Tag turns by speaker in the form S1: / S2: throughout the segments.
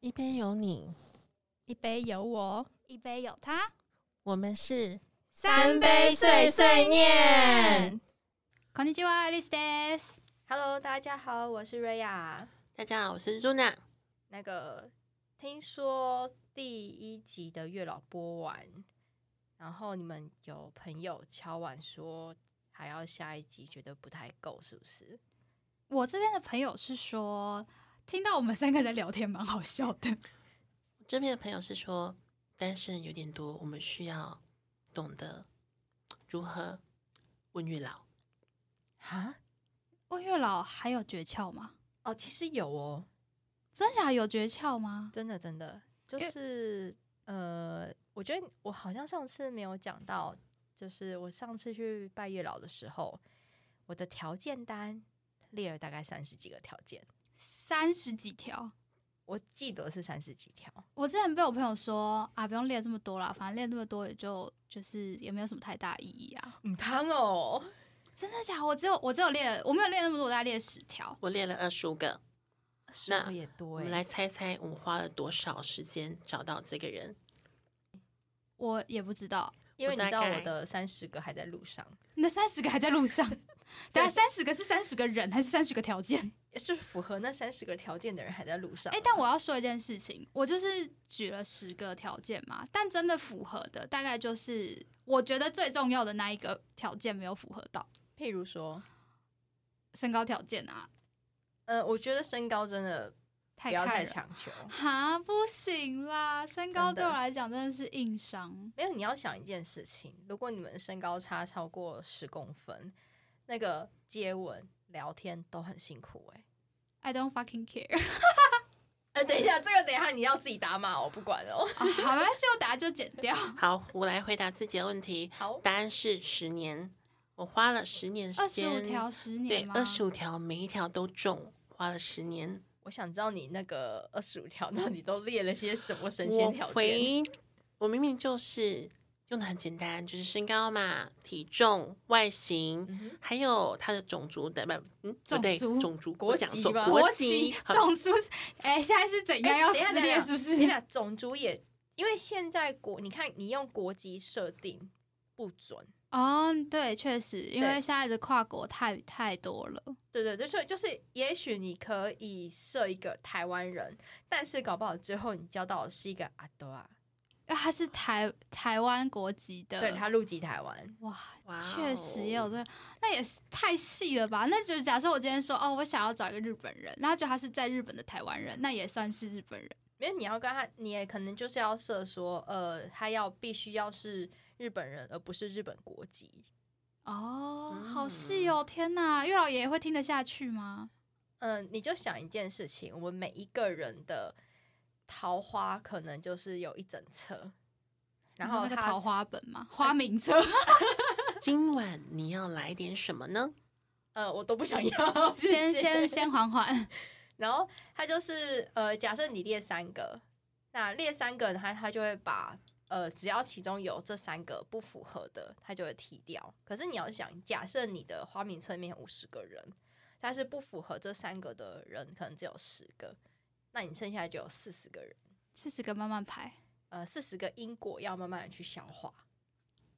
S1: 一边有你，
S2: 一杯有我，
S3: 一杯有他，
S1: 我们是
S2: 三杯碎碎念。こんにちは、リスです。
S4: Hello，大家好，我是瑞亚。
S5: 大家好，我是 Runa。
S4: 那个，听说第一集的月老播完，然后你们有朋友敲碗说还要下一集，觉得不太够，是不是？
S2: 我这边的朋友是说，听到我们三个在聊天，蛮好笑 的。
S5: 这边的朋友是说，单身有点多，我们需要懂得如何问月老。
S4: 啊？
S2: 问哦月老还有诀窍吗？
S4: 哦，其实有哦，
S2: 真假有诀窍吗？
S4: 真的真的，就
S2: 因为
S4: 是呃，我觉得我好像上次没有讲到，就是我上次去拜月老的时候，我的条件单列了大概三十几个条件。
S2: 三十几条。
S4: 我记得是三十几条，
S2: 我之前被我朋友说啊，不用列这么多啦，反正列这么多也就就是也没有什么太大意义啊。
S4: 嗯，汤 哦，
S2: 真的假的？我只有我只有列，我没有列那么多，我大概列十条。
S5: 我列了二十五个，
S4: 十
S5: 那
S4: 个也
S5: 我
S4: 多
S5: 们
S4: 哎、
S5: 来猜猜我们花了多少时间找到这个人？
S2: 我也不知道，
S4: 因
S5: 我
S4: 为你
S5: 大
S4: 知道我
S5: 概
S4: 的三十个还在路上，
S2: 那三十个还在路 上。等下三十个是三十个人还是三十个条件？
S4: 就是符合那三十个条件的人还在路上啊。
S2: 哎、但我要说一件事情，我就是举了十个条件嘛，但真的符合的大概就是我觉得最重要的那一个条件没有符合到，
S4: 譬如说，
S2: 身高条件啊，
S4: 呃，我觉得身高真的不
S2: 太
S4: 要
S2: 看
S4: 太
S2: 人
S4: 强求。
S2: 哈，不行啦，身高
S4: 真的
S2: 对我来讲真的是硬伤。
S4: 没有，你要想一件事情，如果你们身高差超过十公分，那个接吻、聊天都很辛苦哎、
S2: I don't fucking care
S4: 哎、等一下，这个等一下你要自己打码，我不管哦。
S2: 啊，好，没关系，我等下就剪掉。
S5: 好，我来回答自己的问题。
S4: 好，
S5: 答案是十年，我花了十年时
S2: 二十
S5: 间，
S2: 五条十
S5: 对
S2: 年，吗？
S5: 二十五条，每一条都中，花了十年。
S4: 我想知道你那个二十五条到底都列了些什么神仙
S5: 我
S4: 条件。
S5: 回，我明明就是用的很简单，就是身高嘛、体重、外形，
S4: 嗯哼
S5: 还有他的种族的不，嗯，
S2: 种
S5: 不对，
S2: 族
S5: 种族
S4: 国
S5: 我讲
S4: 籍
S5: 错
S4: 吧
S2: 国
S5: 籍
S2: 籍、
S5: 好
S2: 种族，哎、现在是怎样
S4: 哎
S2: 要
S4: 等一下
S2: 撕
S4: 等一
S2: 裂？
S4: 下
S2: 是不是？
S4: 你俩种族也，因为现在国，你看你用国籍设定不准，
S2: 哦，对，确实，因为
S4: 对
S2: 现在的跨国太太多了。
S4: 对对，就是就是，也许你可以设一个台湾人，但是搞不好最后你交到的是一个阿多啊，
S2: 因为他是台台湾国籍的，
S4: 对他入籍台湾，
S2: 哇，
S5: 哇
S2: 确实也有
S5: 哦
S2: 这个，那也是太细了吧？那就假设我今天说，哦，我想要找一个日本人，那就他是在日本的台湾人，那也算是日本人。
S4: 因为你要跟他，你也可能就是要设说，呃，他要必须要是日本人，而不是日本国籍。
S2: 哦，好细哦！天哪，月老爷爷会听得下去吗？
S4: 嗯、你就想一件事情，我们每一个人的桃花可能就是有一整册，然后
S2: 你说那个
S4: 他
S2: 桃花本嘛，花名册。
S5: 今晚你要来点什么呢？
S4: 呃，我都不想要， 谢
S2: 先
S4: 谢
S2: 先先缓缓，
S4: 然后他就是呃，假设你列三个，那列三个，他他就会把呃，只要其中有这三个不符合的，他就会踢掉。可是你要想，假设你的花名册里面有五十个人，但是不符合这三个的人可能只有十个，那你剩下就有四十个人，
S2: 四十个慢慢排。
S4: 呃，四十个因果要慢慢的去消化。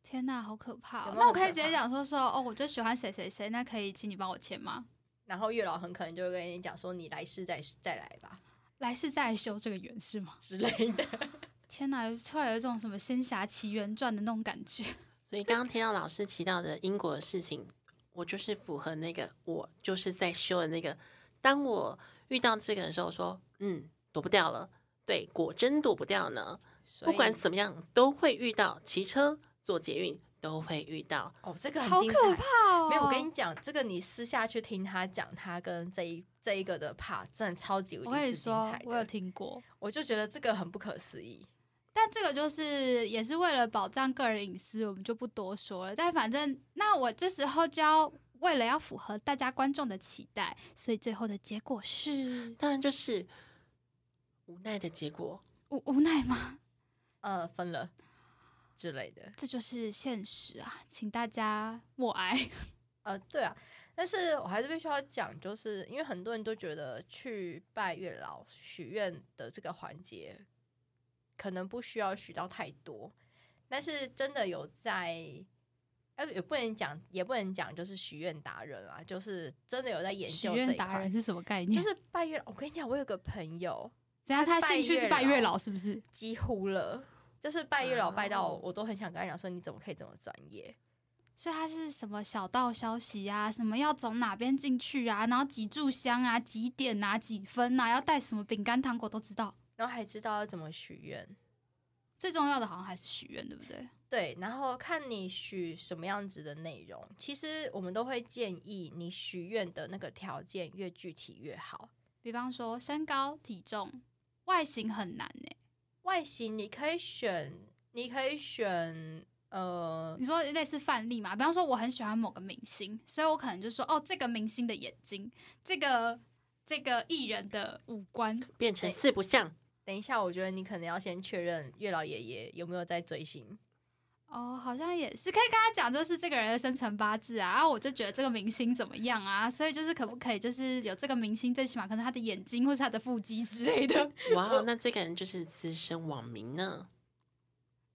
S2: 天呐，好可怕、哦
S4: 有！没有
S2: 那我
S4: 很
S2: 可以
S4: 可
S2: 直接
S4: 怕
S2: 讲说说哦，我就喜欢谁谁谁，那可以请你帮我签吗？
S4: 然后月老很可能就会跟你讲说，你来世再再来吧
S2: 来世再来修这个缘是吗？
S4: 之类的。
S2: 天哪，有突然有一种什么《仙侠奇缘传》的那种感觉。
S5: 所以刚刚听到老师提到的因果的事情，我就是符合那个，我就是在修的那个。当我遇到这个人的时候，我说嗯，躲不掉了。对，果真躲不掉呢。
S4: 所
S5: 不管
S4: 以
S5: 怎么样，都会遇到骑车、坐捷运都会遇到。
S4: 哦，这个
S2: 好
S4: 很精
S2: 可
S4: 彩。
S2: 怕哦！
S4: 没有，我跟你讲，这个你私下去听他讲，他跟这一这一个的 part 真的超级无
S2: 我跟
S4: 敌
S2: 你
S4: 之精彩的，
S2: 说我有听过，
S4: 我就觉得这个很不可思议。
S2: 但这个就是也是为了保障个人隐私，我们就不多说了。但反正那我这时候就要为了要符合大家观众的期待，所以最后的结果是
S5: 当然就是无奈的结果。
S2: 无无奈吗？
S4: 呃，分了之类的，
S2: 这就是现实啊，请大家默哀。
S4: 呃，对啊，但是我还是必须要讲，就是因为很多人都觉得去拜月老许愿的这个环节，可能不需要许到太多，但是真的有在，呃，也不能讲，也不能讲，就是许愿达人啊，就是真的有在研
S2: 许
S4: 究这
S2: 愿
S4: 一
S2: 达
S4: 块
S2: 人，是什么概
S4: 就
S2: 念？
S4: 是拜月老。我跟你讲，我有个朋友
S2: 怎样？他
S4: 拜
S2: 兴趣
S4: 月
S2: 是拜月
S4: 老
S2: 老，是不是？
S4: 几乎了，就是拜月老拜
S2: 啊
S4: 到
S5: 哦
S4: 我都很想跟他讲说，你怎么可以这么专业？
S2: 所以他是什么小道消息啊，什么要从哪边进去啊，然后几炷香啊，几点啊，几分啊，要带什么饼干糖果都知道。
S4: 然后还知道要怎么许愿。
S2: 最重要的好像还是许愿，对不对？
S4: 对，然后看你许什么样子的内容，其实我们都会建议你许愿的那个条件越具体越好。
S2: 比方说身高、体重、外形很难欸呢、
S4: 外形你可以选，你可以选，呃，
S2: 你说类似范例嘛？比方说我很喜欢某个明星，所以我可能就说哦，这个明星的眼睛，这个这个艺人的五官，
S5: 变成四不像，
S4: 等一下，我觉得你可能要先确认月老爷爷有没有在追星。
S2: 哦，好像也是可以跟他讲，就是这个人的生辰八字啊，然后我就觉得这个明星怎么样啊，所以就是可不可以就是有这个明星，最起码可能他的眼睛或是他的腹肌之类的。
S5: 哇哦，那这个人就是资深网民呢。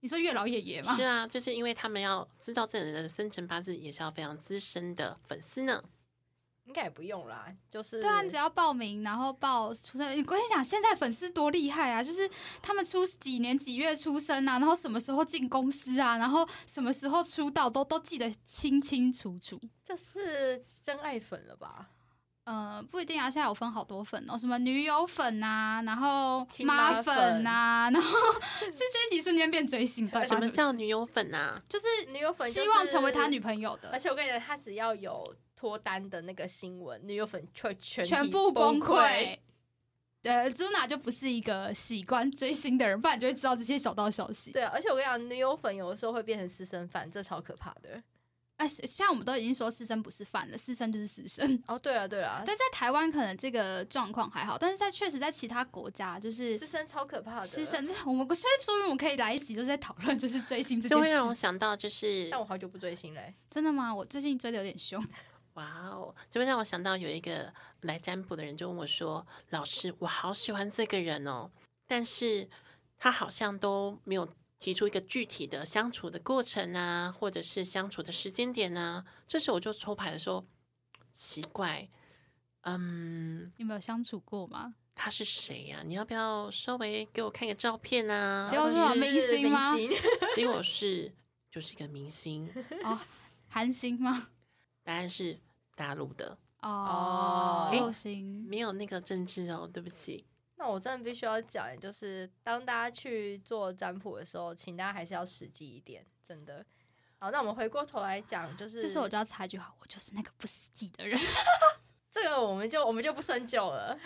S2: 你说月老爷爷吗
S5: 是？啊，就是因为他们要知道这个人的生辰八字，也是要非常资深的粉丝呢。
S4: 应该也不用啦，就是
S2: 对啊，你只要报名，然后报出生。你跟你讲，现在粉丝多厉害啊！就是他们出几年几月出生啊，然后什么时候进公司啊，然后什么时候出道都都记得清清楚楚。
S4: 这是真爱粉了吧？
S2: 呃，不一定啊，现在有分好多粉哦，什么女友粉啊，然后
S4: 亲妈
S2: 妈
S4: 粉
S2: 粉啊，然后是这一集瞬间变追星的，
S5: 什么叫
S2: 女？
S5: 女友粉啊？
S2: 就是
S4: 女友粉、
S2: 希望成为他女朋友
S4: 而
S2: 的，
S4: 且我跟你讲，他只要有脱单的那个新闻，女友粉就全
S2: 全
S4: 体
S2: 部崩
S4: 溃。
S2: 溃。呃，朱娜就不是一个喜欢追星的人，不然就会知道这些小道消息。
S4: 对啊，而且我跟你讲，女友粉有的时候会变成私生饭，这超可怕的。
S2: 哎，像我们都已经说私生不是犯了，私生就是私生。
S4: 哦，对了对了，
S2: 但在台湾可能这个状况还好，但是在确实在其他国家就是
S4: 私生超可怕的。
S2: 私，生，我们所以说明我们可以来一集就是在讨论就是追星 这
S5: 就会让
S2: 件
S5: 我
S2: 事。
S5: 想到就是
S4: 但我好久不追星嘞。
S2: 真的吗？我最近追的有点凶，
S5: 哇哦，这边让我想到有一个来占卜的人就问我说：“老师，我好喜欢这个人哦，但是他好像都没有提出一个具体的相处的过程啊，或者是相处的时间点啊。”这时候我就抽牌说：“奇怪，嗯，
S2: 你们有相处过吗？
S5: 他是谁呀、你要不要稍微给我看个照片啊？”
S2: 结果是
S5: 或者
S2: 什么明星吗
S4: 明星
S5: 结果是就是一个明星，
S2: 哦，韩星吗？
S5: 答案是大陆的，
S2: 哦
S4: 哦，
S2: 六星
S5: 没有那个政治哦，对不起。
S4: 那我真的必须要讲，欸就是当大家去做占卜的时候，请大家还是要实际一点，真的。好，那我们回过头来讲，就是
S2: 这时候我就要插一句话，我就是那个不实际 的人。
S4: 这个，我们就我们就不深究了。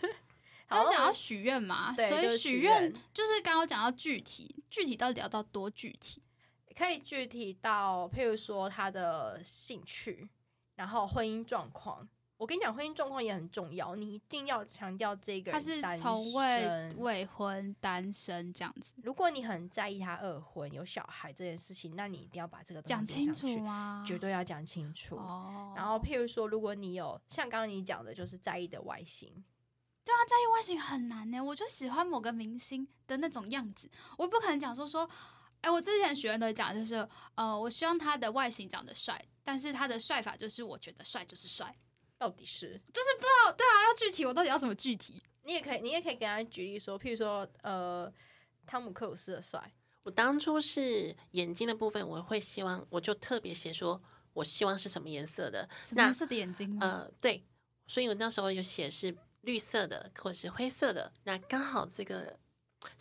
S2: 他
S4: 好，
S2: 想要
S4: 我
S2: 许愿嘛，
S4: 哦对
S2: 所
S4: 就
S2: 以
S4: 是许
S2: 许愿
S4: 愿
S2: 就是刚刚讲到具体，具体到底要到多具体？
S4: 们可以具体到，譬如说他的兴趣，然后婚姻状况。我跟你讲，婚姻状况也很重要，你一定要强调这个
S2: 他
S4: 人
S2: 是
S4: 单
S2: 从未
S4: 身
S2: 未婚单身这样子，
S4: 如果你很在意他二婚有小孩这件事情，那你一定要把这个东西
S2: 讲
S4: 列嗯
S2: 清
S4: 上
S2: 楚
S4: 去
S2: 吗？
S4: 绝对要讲清楚。
S2: 哦。
S4: 然后，譬如说，如果你有像刚刚你讲的，就是在意的外形，
S2: 对啊，在意外形很难呢。我就喜欢某个明星的那种样子，我不可能讲说说，哎，我之前学员的讲就是，呃，我希望他的外形长得帅，但是他的帅法就是我觉得帅就是帅。
S4: 到底是
S2: 哦，对啊，要具体，我到底要怎么具体？
S4: 你也可以，你也可以给他举例说，譬如说，呃，汤姆克鲁斯的帅，
S5: 我当初是眼睛的部分，我会希望我就特别写说，我希望是什么颜色的。
S2: 什么
S5: 那
S2: 颜色的眼睛吗？
S5: 呃，对，所以我那时候有写是绿色的或者是灰色的。那刚好这个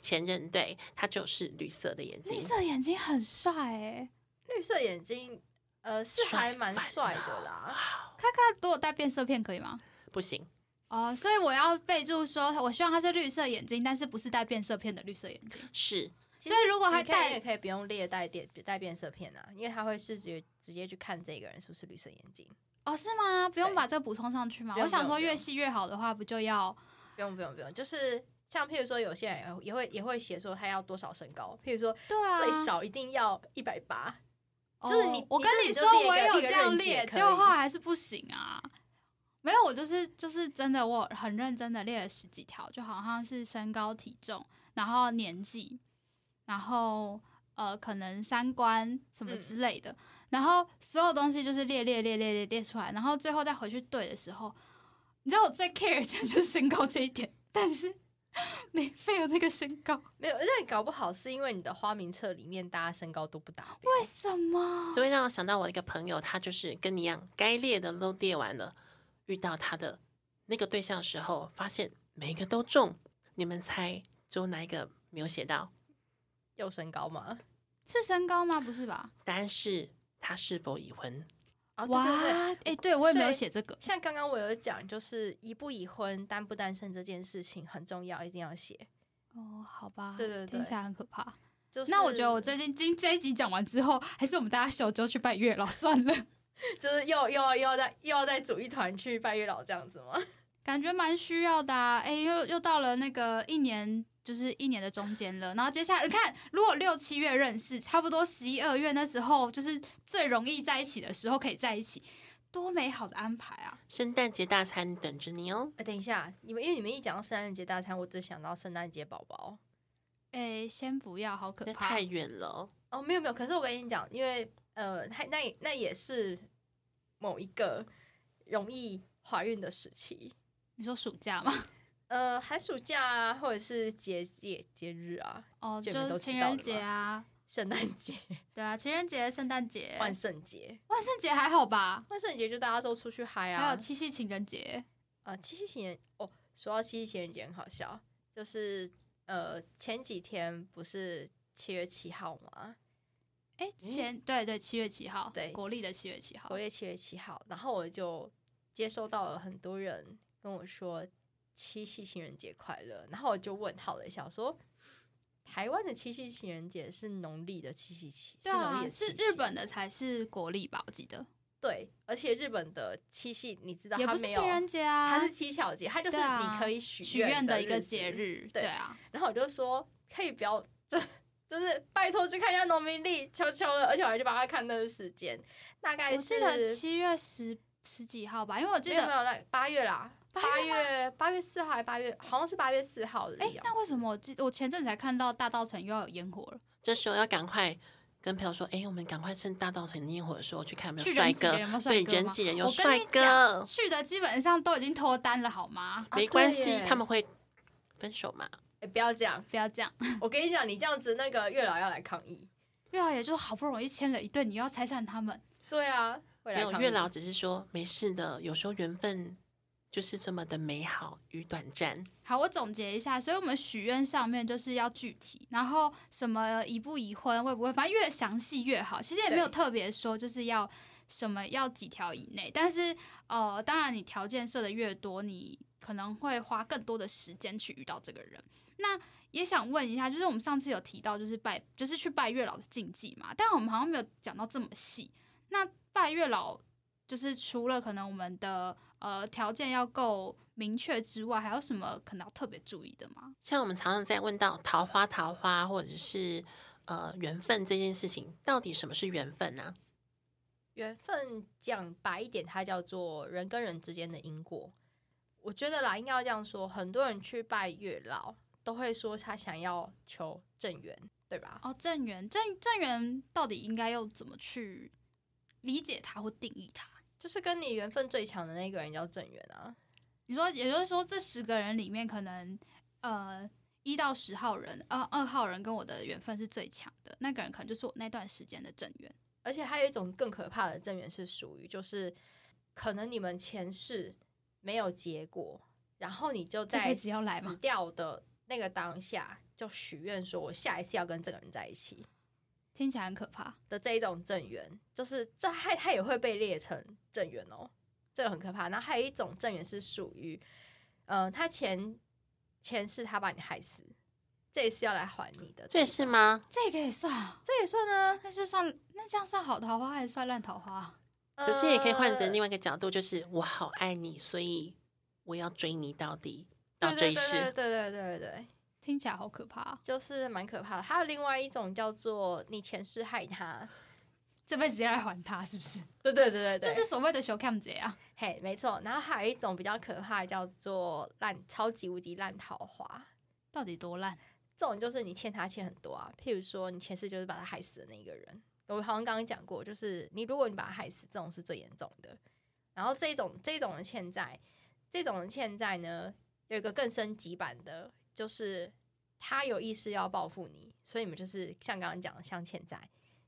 S5: 前任对他就是绿色的眼睛，
S2: 绿色的眼睛很帅哎，
S4: 绿色眼睛，呃，是
S5: 帅
S4: 还蛮
S5: 翻
S4: 帅哦的
S5: 了
S4: 啦。
S2: 看看如果带变色片可以吗？
S5: 不行，
S2: 哦，所以我要备注说，我希望他是绿色眼睛，但是不是带变色片的绿色眼睛。
S5: 是
S4: 其
S2: 所以
S4: 实
S2: 如果他
S4: 啊你可以你也
S2: 带
S4: 可以不用列带变带变色片啊，因为他会是直接直接去看这个人是不是绿色眼睛，
S2: 哦，是吗？不用
S4: 对
S2: 把这个补充上去吗？
S4: 不用
S2: 我想
S4: 不用
S2: 说
S4: 不
S2: 越
S4: 用
S2: 细越好的话，不就要
S4: 不用不用不用，就是像譬如说有些人也会也会写说他要多少身高，譬如说
S2: 对啊
S4: 最少一定要一百八，就是你
S2: 哦我
S4: 你
S2: 跟
S4: 这
S2: 你
S4: 你就
S2: 说
S4: 列一
S2: 我
S4: 个
S2: 也
S4: 一
S2: 有
S4: 个
S2: 这样
S4: 认解
S2: 列，
S4: 可
S2: 结果
S4: 以
S2: 后来还是不行啊。没有，我就是就是真的，我很认真的列了十几条，就好像是身高、体重，然后年纪，然后呃，可能三观什么
S4: 嗯
S2: 之类的，然后所有东西就是列列列列列列出来，然后最后再回去对的时候，你知道我最 care 的就是身高这一点，但是 没没有那个身高，
S4: 没有，而且搞不好是因为你的花名册里面大家身高都不达标。
S2: 为什么？
S5: 这会让我想到我一个朋友，他就是跟你一样，该列的都列完了，遇到他的那个对象的时候，发现每一个都中。你们猜，只有哪一个没有写到？
S4: 有身高吗？
S2: 是身高吗？不是吧？
S5: 答案是他是否已婚？
S4: 啊，对
S2: 哇，
S4: 对对。
S2: 哎、对我也没有
S4: 所以
S2: 写这个。
S4: 像刚刚我有讲，就是已不已婚、单不单身这件事情很重要，一定要写。
S2: 哦，好吧，
S4: 对对
S2: 听起
S4: 对
S2: 来很可怕。
S4: 就是
S2: 那我觉得我最近今这一集讲完之后，还是我们大家小周去拜月老 算了，
S4: 就是又又又要再又要再组一团去拜月老这样子吗？
S2: 感觉蛮需要的、啊。哎、又又到了那个一年，就是一年的中间了。然后接下来你看，如果六七月认识，差不多十一二月那时候，就是最容易在一起的时候可以在一起，多美好的安排啊！
S5: 圣诞节大餐等着你哦！
S4: 哎，等一下，你们因为你们一讲到圣诞节大餐，我只想到圣诞节宝宝。
S2: 哎、先不要，好可
S5: 那
S2: 怕
S5: 太。远了哦，
S4: 哦，没有没有，可是我跟你讲，因为呃，它那也那也是某一个容易怀孕的时期，
S2: 你说暑假吗？
S4: 呃，寒暑假啊，或者是节节节日啊，
S2: 哦，就
S4: 就你们
S2: 是
S4: 都
S2: 情
S4: 知道
S2: 人
S4: 了
S2: 节
S4: 吗
S2: 啊，
S4: 圣诞 节、
S2: 对啊，情人节、圣诞节、
S4: 万圣节，
S2: 万圣节还好吧？
S4: 万圣节就大家都出去嗨啊，
S2: 还有七夕情人节，
S4: 啊，七夕情人哦，说到七夕情人节很好笑，就是呃前几天不是七月七号吗？
S2: 哎、前、对对，七月七号，
S4: 嗯对
S2: 国历的七月七号
S4: 国，历七月七号，然后我就接收到了很多人跟我说七夕情人节快乐，然后我就问号了一下，我说台湾的七夕情人节是农历的七夕七，
S2: 对
S4: 农历
S2: 啊，
S4: 的
S2: 是
S4: 七夕
S2: 日本的才是国历吧？我记得
S4: 对，而且日本的七夕你知道
S2: 也
S4: 它
S2: 不是
S4: 没有
S2: 情，人节啊，
S4: 它是七巧节，它就是
S2: 对啊
S4: 你可以许
S2: 许愿
S4: 的
S2: 的一个
S4: 日子
S2: 节日，
S4: 对
S2: 对啊，
S4: 然后我就说可以不要，就就是拜托去看一下农民历，求求了。而且我还去帮他看那个时间，大概
S2: 我
S4: 是
S2: 记得七月十十几号吧，因为我记
S4: 没有没
S2: 得，
S4: 有那八月啦，八月八月四号还是八月，好像是八月四号的
S2: 哎、
S4: 样子。
S2: 那为什么我记我前阵子才看到大稻城又要有烟火了？
S5: 这时候要赶快跟朋友说：“哎，我们赶快趁大道城烟火的时候去看有没
S2: 去
S5: 有帅
S2: 人挤
S5: 哥
S2: 人有没有，帅
S5: 对，
S2: 哥
S5: 人
S2: 吗
S5: 挤人有
S2: 我跟
S5: 帅
S2: 你讲，啊
S5: 哥，
S2: 去的基本上都已经脱单了，好吗？
S4: 啊
S5: 没关
S4: 对
S5: 系
S4: 耶，
S5: 他们会分手嘛。”
S4: 哎不要这样，
S2: 不要这样，
S4: 我跟你讲，你这样子那个月老要来抗议。
S2: 月啊老也就好不容易签了一对，你又要拆散他们，
S4: 对啊，
S5: 没
S4: 会来
S5: 有
S4: 抗议
S5: 月老只是说没事的，有时候缘分就是这么的美好与短暂。
S2: 好，我总结一下，所以我们许愿上面就是要具体，然后什么已不已婚，会不会，反正越详细越好。其实也没有
S4: 对
S2: 特别说就是要什么要几条以内，但是呃，当然你条件设的越多，你可能会花更多的时间去遇到这个人。那也想问一下，就是我们上次有提到就是拜，就是去拜月老的禁忌嘛，但我们好像没有讲到这么细。那拜月老就是除了可能我们的呃条件要够明确之外，还有什么可能要特别注意的吗？
S5: 像我们常常在问到桃花、桃花，或者是呃缘分这件事情，到底什么是缘分啊呢、
S4: 缘分讲白一点，它叫做人跟人之间的因果。我觉得啦，应该要这样说，很多人去拜月老都会说他想要求正缘，对吧？
S2: 哦，正缘，正正缘到底应该要怎么去理解它或定义它？
S4: 就是跟你缘分最强的那个人叫正缘啊。
S2: 你说，也就是说，这十个人里面，可能呃一到十号人，呃二号人跟我的缘分是最强的，那个人可能就是我那段时间的正缘。
S4: 而且还有一种更可怕的正缘是属于，就是可能你们前世没有结果，然后你就
S2: 这辈
S4: 在
S2: 子要来吗
S4: 死掉的那个当下就许愿说，我下一次要跟这个人在一起
S2: 听起来很可怕，
S4: 的这一种正缘，就是这还它也会被列成正缘哦，这个很可怕。然后还有一种正缘是属于，呃，他前前世他把你害死，这也是要来还你的，
S5: 这也是吗？
S2: 这个也算啊？
S4: 这也算啊，
S2: 那是算那这样算好桃花还是算烂桃花啊？
S5: 可是也可以换
S4: 呃
S5: 成另外一个角度，就是我好爱你，所以我要追你到底，到这
S4: 对
S5: 一世。
S4: 对对对对对对对，
S2: 听起来好可怕啊、
S4: 就是蛮可怕的。还有另外一种叫做你前世害他，
S2: 这辈子要来还他，是不是？
S4: 对对对对
S2: 这
S4: 对，
S2: 是所谓的 show cam 姐啊，
S4: 嘿，没错。然后还有一种比较可怕，叫做烂，超级无敌烂桃花。
S2: 到底多烂？
S4: 这种就是你欠他欠很多啊，譬如说你前世就是把他害死的那一个人。我好像刚刚讲过，就是你如果你把他害死，这种是最严重的。然后这种这种的欠债，这种的欠债呢，有一个更升级版的，就是他有意识要报复你，所以你们就是像刚刚讲的相欠债。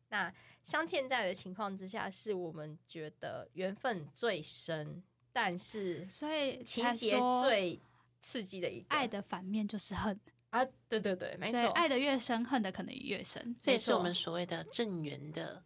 S4: 那相欠债的情况之下，是我们觉得缘分最深，但是
S2: 所以
S4: 情
S2: 才
S4: 节
S2: 说
S4: 最刺激的一个
S2: 爱的反面就是恨，
S4: 啊，对对对，没
S2: 所
S4: 错，
S2: 以爱的越深，恨的可能越深。
S5: 这也是
S4: 没错
S5: 我们所谓的正缘的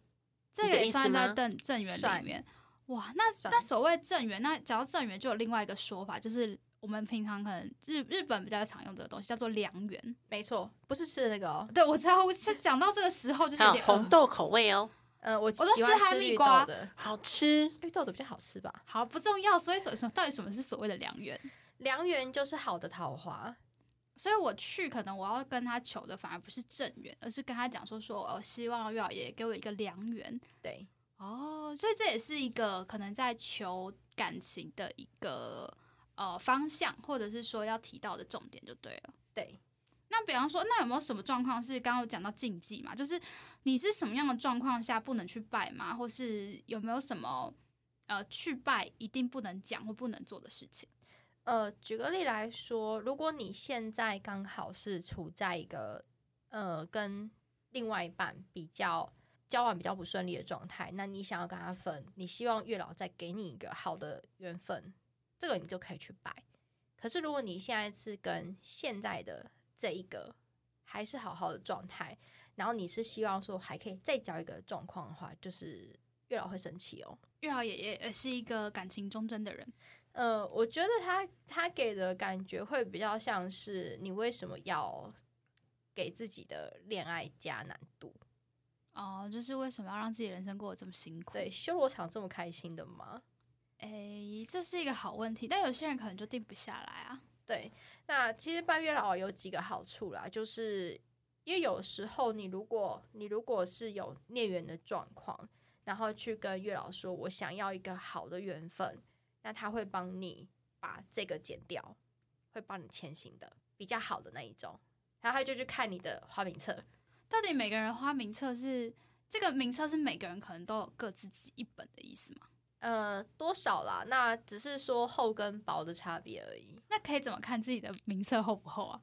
S2: 这
S5: 你的
S2: 个
S5: 意
S2: 也
S5: 思
S2: 算在
S5: 吗
S2: 正正缘
S4: 算
S2: 里面。哇，那
S4: 算
S2: 那所谓正缘，那讲到正缘，就有另外一个说法，就是我们平常可能日日本比较常用这个东西，叫做良缘。
S4: 没错，不是吃的那个哦。
S2: 对，我知道，我就讲到这个时候就是有
S5: 还有
S2: 点嗯
S5: 红
S2: 饿。
S5: 豆口味哦，
S4: 呃，我
S2: 都
S4: 喜
S2: 吃
S4: 欢
S2: 哈
S4: 吃
S2: 密
S4: 绿
S2: 瓜
S4: 豆的，
S5: 好吃。
S4: 绿豆的比较好吃吧。
S2: 好，不重要。所以所什么到底什么是所谓的良缘？
S4: 良缘就是好的桃花，
S2: 所以我去，可能我要跟他求的反而不是正缘，而是跟他讲说说，哦，希望月老爷爷给我一个良缘。
S4: 对，
S2: 哦，所以这也是一个可能在求感情的一个呃方向，或者是说要提到的重点就对了。
S4: 对，
S2: 那比方说，那有没有什么状况是刚刚有讲到禁忌嘛？就是你是什么样的状况下不能去拜吗？或是有没有什么呃去拜一定不能讲或不能做的事情？
S4: 呃，举个例来说，如果你现在刚好是处在一个呃跟另外一半比较交往比较不顺利的状态，那你想要跟他分，你希望月老再给你一个好的缘分，这个你就可以去拜。可是如果你现在是跟现在的这一个还是好好的状态，然后你是希望说还可以再交一个状况的话，就是月老会生气哦。
S2: 月老爷爷也是一个感情忠贞的人，
S4: 呃，我觉得他他给的感觉会比较像是你为什么要给自己的恋爱加难度？
S2: 哦、就是为什么要让自己人生过得这么辛苦？
S4: 对，修罗场这么开心的吗？
S2: 诶，这是一个好问题，但有些人可能就定不下来啊。
S4: 对，那其实拜月老有几个好处啦，就是因为有时候你如果你如果是有孽缘的状况，然后去跟月老说我想要一个好的缘分，那他会帮你把这个减掉，会帮你前行的比较好的那一种，然后他就去看你的花名册。
S2: 到底每个人的花名册是这个名册是每个人可能都有各自己一本的意思吗？
S4: 呃，多少啦？那只是说厚跟薄的差别而已。
S2: 那可以怎么看自己的名册厚不厚啊？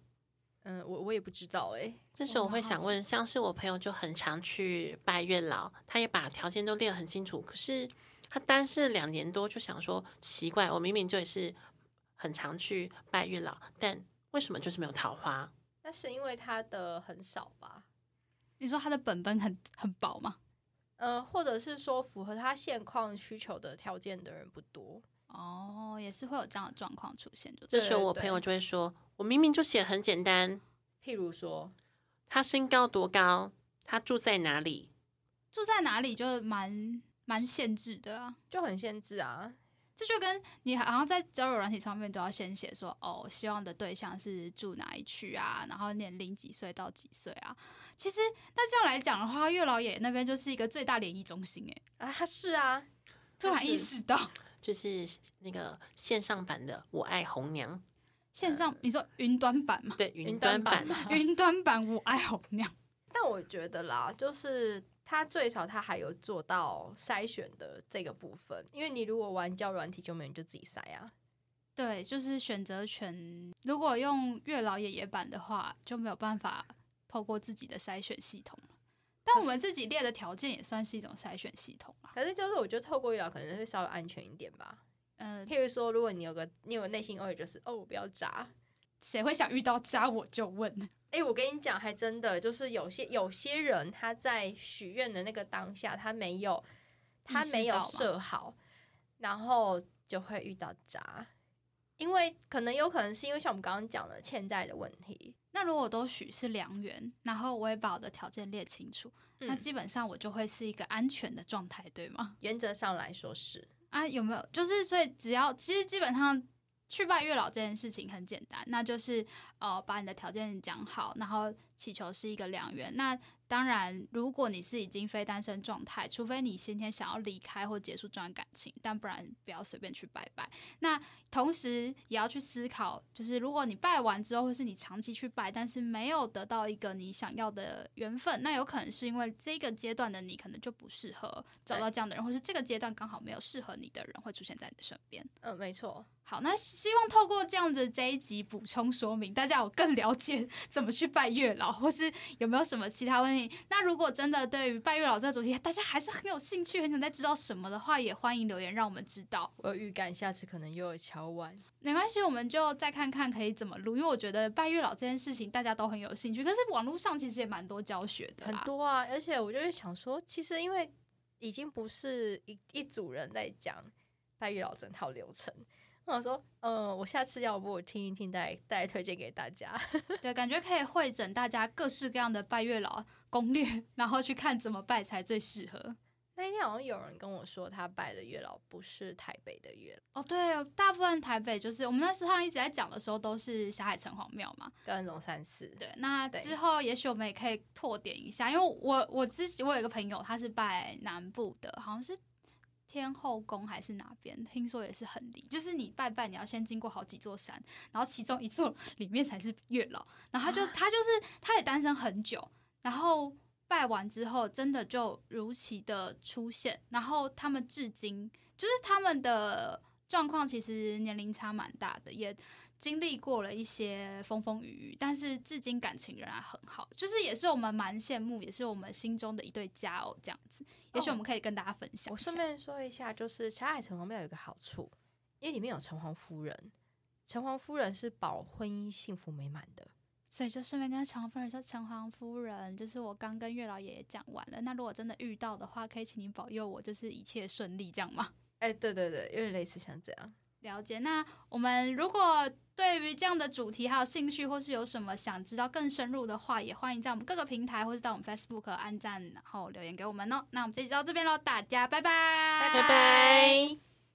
S4: 嗯，我我也不知道欸诶、
S5: 这时候
S2: 我
S5: 我会
S2: 蛮好
S5: 想
S2: 奇
S5: 问，像是我朋友就很常去拜月老，他也把条件都列得很清楚，可是他单身了两年多，就想说奇怪，我明明就也是很常去拜月老，但为什么就是没有桃花？
S4: 那是因为它的很少吧？
S2: 你说他的本本很很薄吗？
S4: 呃，或者是说符合他现况需求的条件的人不多。
S2: 哦，也是会有这样的状况出现，就
S5: 这
S2: 对。
S5: 时候
S4: 对
S5: 我
S4: 对
S5: 朋友就会说，我明明就写得很简单，
S4: 譬如说，
S5: 他身高多高，他住在哪里，
S2: 住在哪里就蛮蛮限制的啊。
S4: 就很限制啊。
S2: 这就跟你好像在交友软体上面都要先写说哦，希望的对象是住哪一区啊，然后年龄几岁到几岁啊。其实那这样来讲的话，月老爷那边就是一个最大联谊中心诶，
S4: 啊，他是啊，
S2: 突然
S4: 是
S2: 意识到
S5: 就是那个线上版的我爱红娘，
S2: 线上你说云端版嘛，
S5: 对，
S4: 云
S5: 云
S4: 端
S5: 端版。
S4: 版嘛。
S2: 云端版我爱红娘，
S4: 但我觉得啦，就是他最少他还有做到筛选的这个部分，因为你如果玩交友软体就没有，你就自己筛啊。
S2: 对，就是选择权。如果用月老爷爷版的话，就没有办法透过自己的筛选系统了但我们自己列的条件也算是一种筛选系统啊啦。
S4: 可是就是我觉得透过医疗可能会稍微安全一点吧。
S2: 嗯、
S4: 譬如说，如果你有个你有个内心 OS 就是哦，我不要渣。
S2: 谁会想遇到渣我就问？
S4: 哎、我跟你讲，还真的就是有些有些人他在许愿的那个当下，他没有他
S2: 意识
S4: 没有
S2: 到吗
S4: 设好，然后就会遇到渣。因为可能有可能是因为像我们刚刚讲的欠债的问题，
S2: 那如果都许是良缘，然后我也把我的条件列清楚，那
S4: 嗯
S2: 基本上我就会是一个安全的状态，对吗？
S4: 原则上来说是
S2: 啊，有没有？就是所以只要其实基本上去拜月老这件事情很简单，那就是呃把你的条件讲好，然后祈求是一个良缘。那当然，如果你是已经非单身状态，除非你先天想要离开或结束这段感情，但不然不要随便去拜拜。那同时也要去思考，就是如果你拜完之后，或是你长期去拜，但是没有得到一个你想要的缘分，那有可能是因为这个阶段的你可能就不适合找到这样的人，或是这个阶段刚好没有适合你的人会出现在你的身边。
S4: 嗯，没错，
S2: 好，那希望透过这样子这一集补充说明，大家有更了解 怎么去拜月老，或是有没有什么其他问题。那如果真的对于拜月老这个主题，大家还是很有兴趣，很想再知道什么的话，也欢迎留言让我们知道。
S4: 我有预感下次可能又有敲碗。
S2: 没关系，我们就再看看可以怎么录，因为我觉得拜月老这件事情大家都很有兴趣，可是网络上其实也蛮多教学的
S4: 很
S2: 啦。
S4: 多啊，而且我就是想说，其实因为已经不是一一组人在讲拜月老整套流程，我想说，呃，我下次要不我听一听，再再推荐给大家。
S2: 对，感觉可以会诊大家各式各样的拜月老攻略，然后去看怎么拜才最适合。
S4: 那一天好像有人跟我说，他拜的月老不是台北的月老，
S2: 哦，对，大部分台北就是我们那时候一直在讲的时候，都是霞海城隍庙嘛。
S4: 跟龙山寺。
S2: 对，那
S4: 对
S2: 之后也许我们也可以拓点一下，因为我我自己我有一个朋友，他是拜南部的，好像是天后宫还是哪边，听说也是很灵，就是你拜拜你要先经过好几座山，然后其中一座里面才是月老，然后他就他就是他也单身很久，然后拜完之后真的就如期的出现，然后他们至今就是他们的状况其实年龄差蛮大的，也经历过了一些风风雨雨，但是至今感情仍然很好，就是也是我们蛮羡慕，也是我们心中的一对佳偶这样子。也哦许我们可以跟大家分享一下、
S4: 我顺便说一下，就是霞海城隍庙有一个好处，因为里面有城隍夫人，城隍夫人是保婚姻幸福美满的。
S2: 所以就顺便跟城隍夫人说，城隍夫人，就是我刚跟月老爷爷讲完了，那如果真的遇到的话，可以请您保佑我，就是一切顺利，这样吗？
S4: 哎、对对对，有点类似像这样。
S2: 了解。那我们如果对于这样的主题还有兴趣，或是有什么想知道更深入的话，也欢迎在我们各个平台，或是到我们 Facebook 按赞，然后留言给我们哦。那我们这集就到这边喽，大家拜拜，
S5: 拜拜。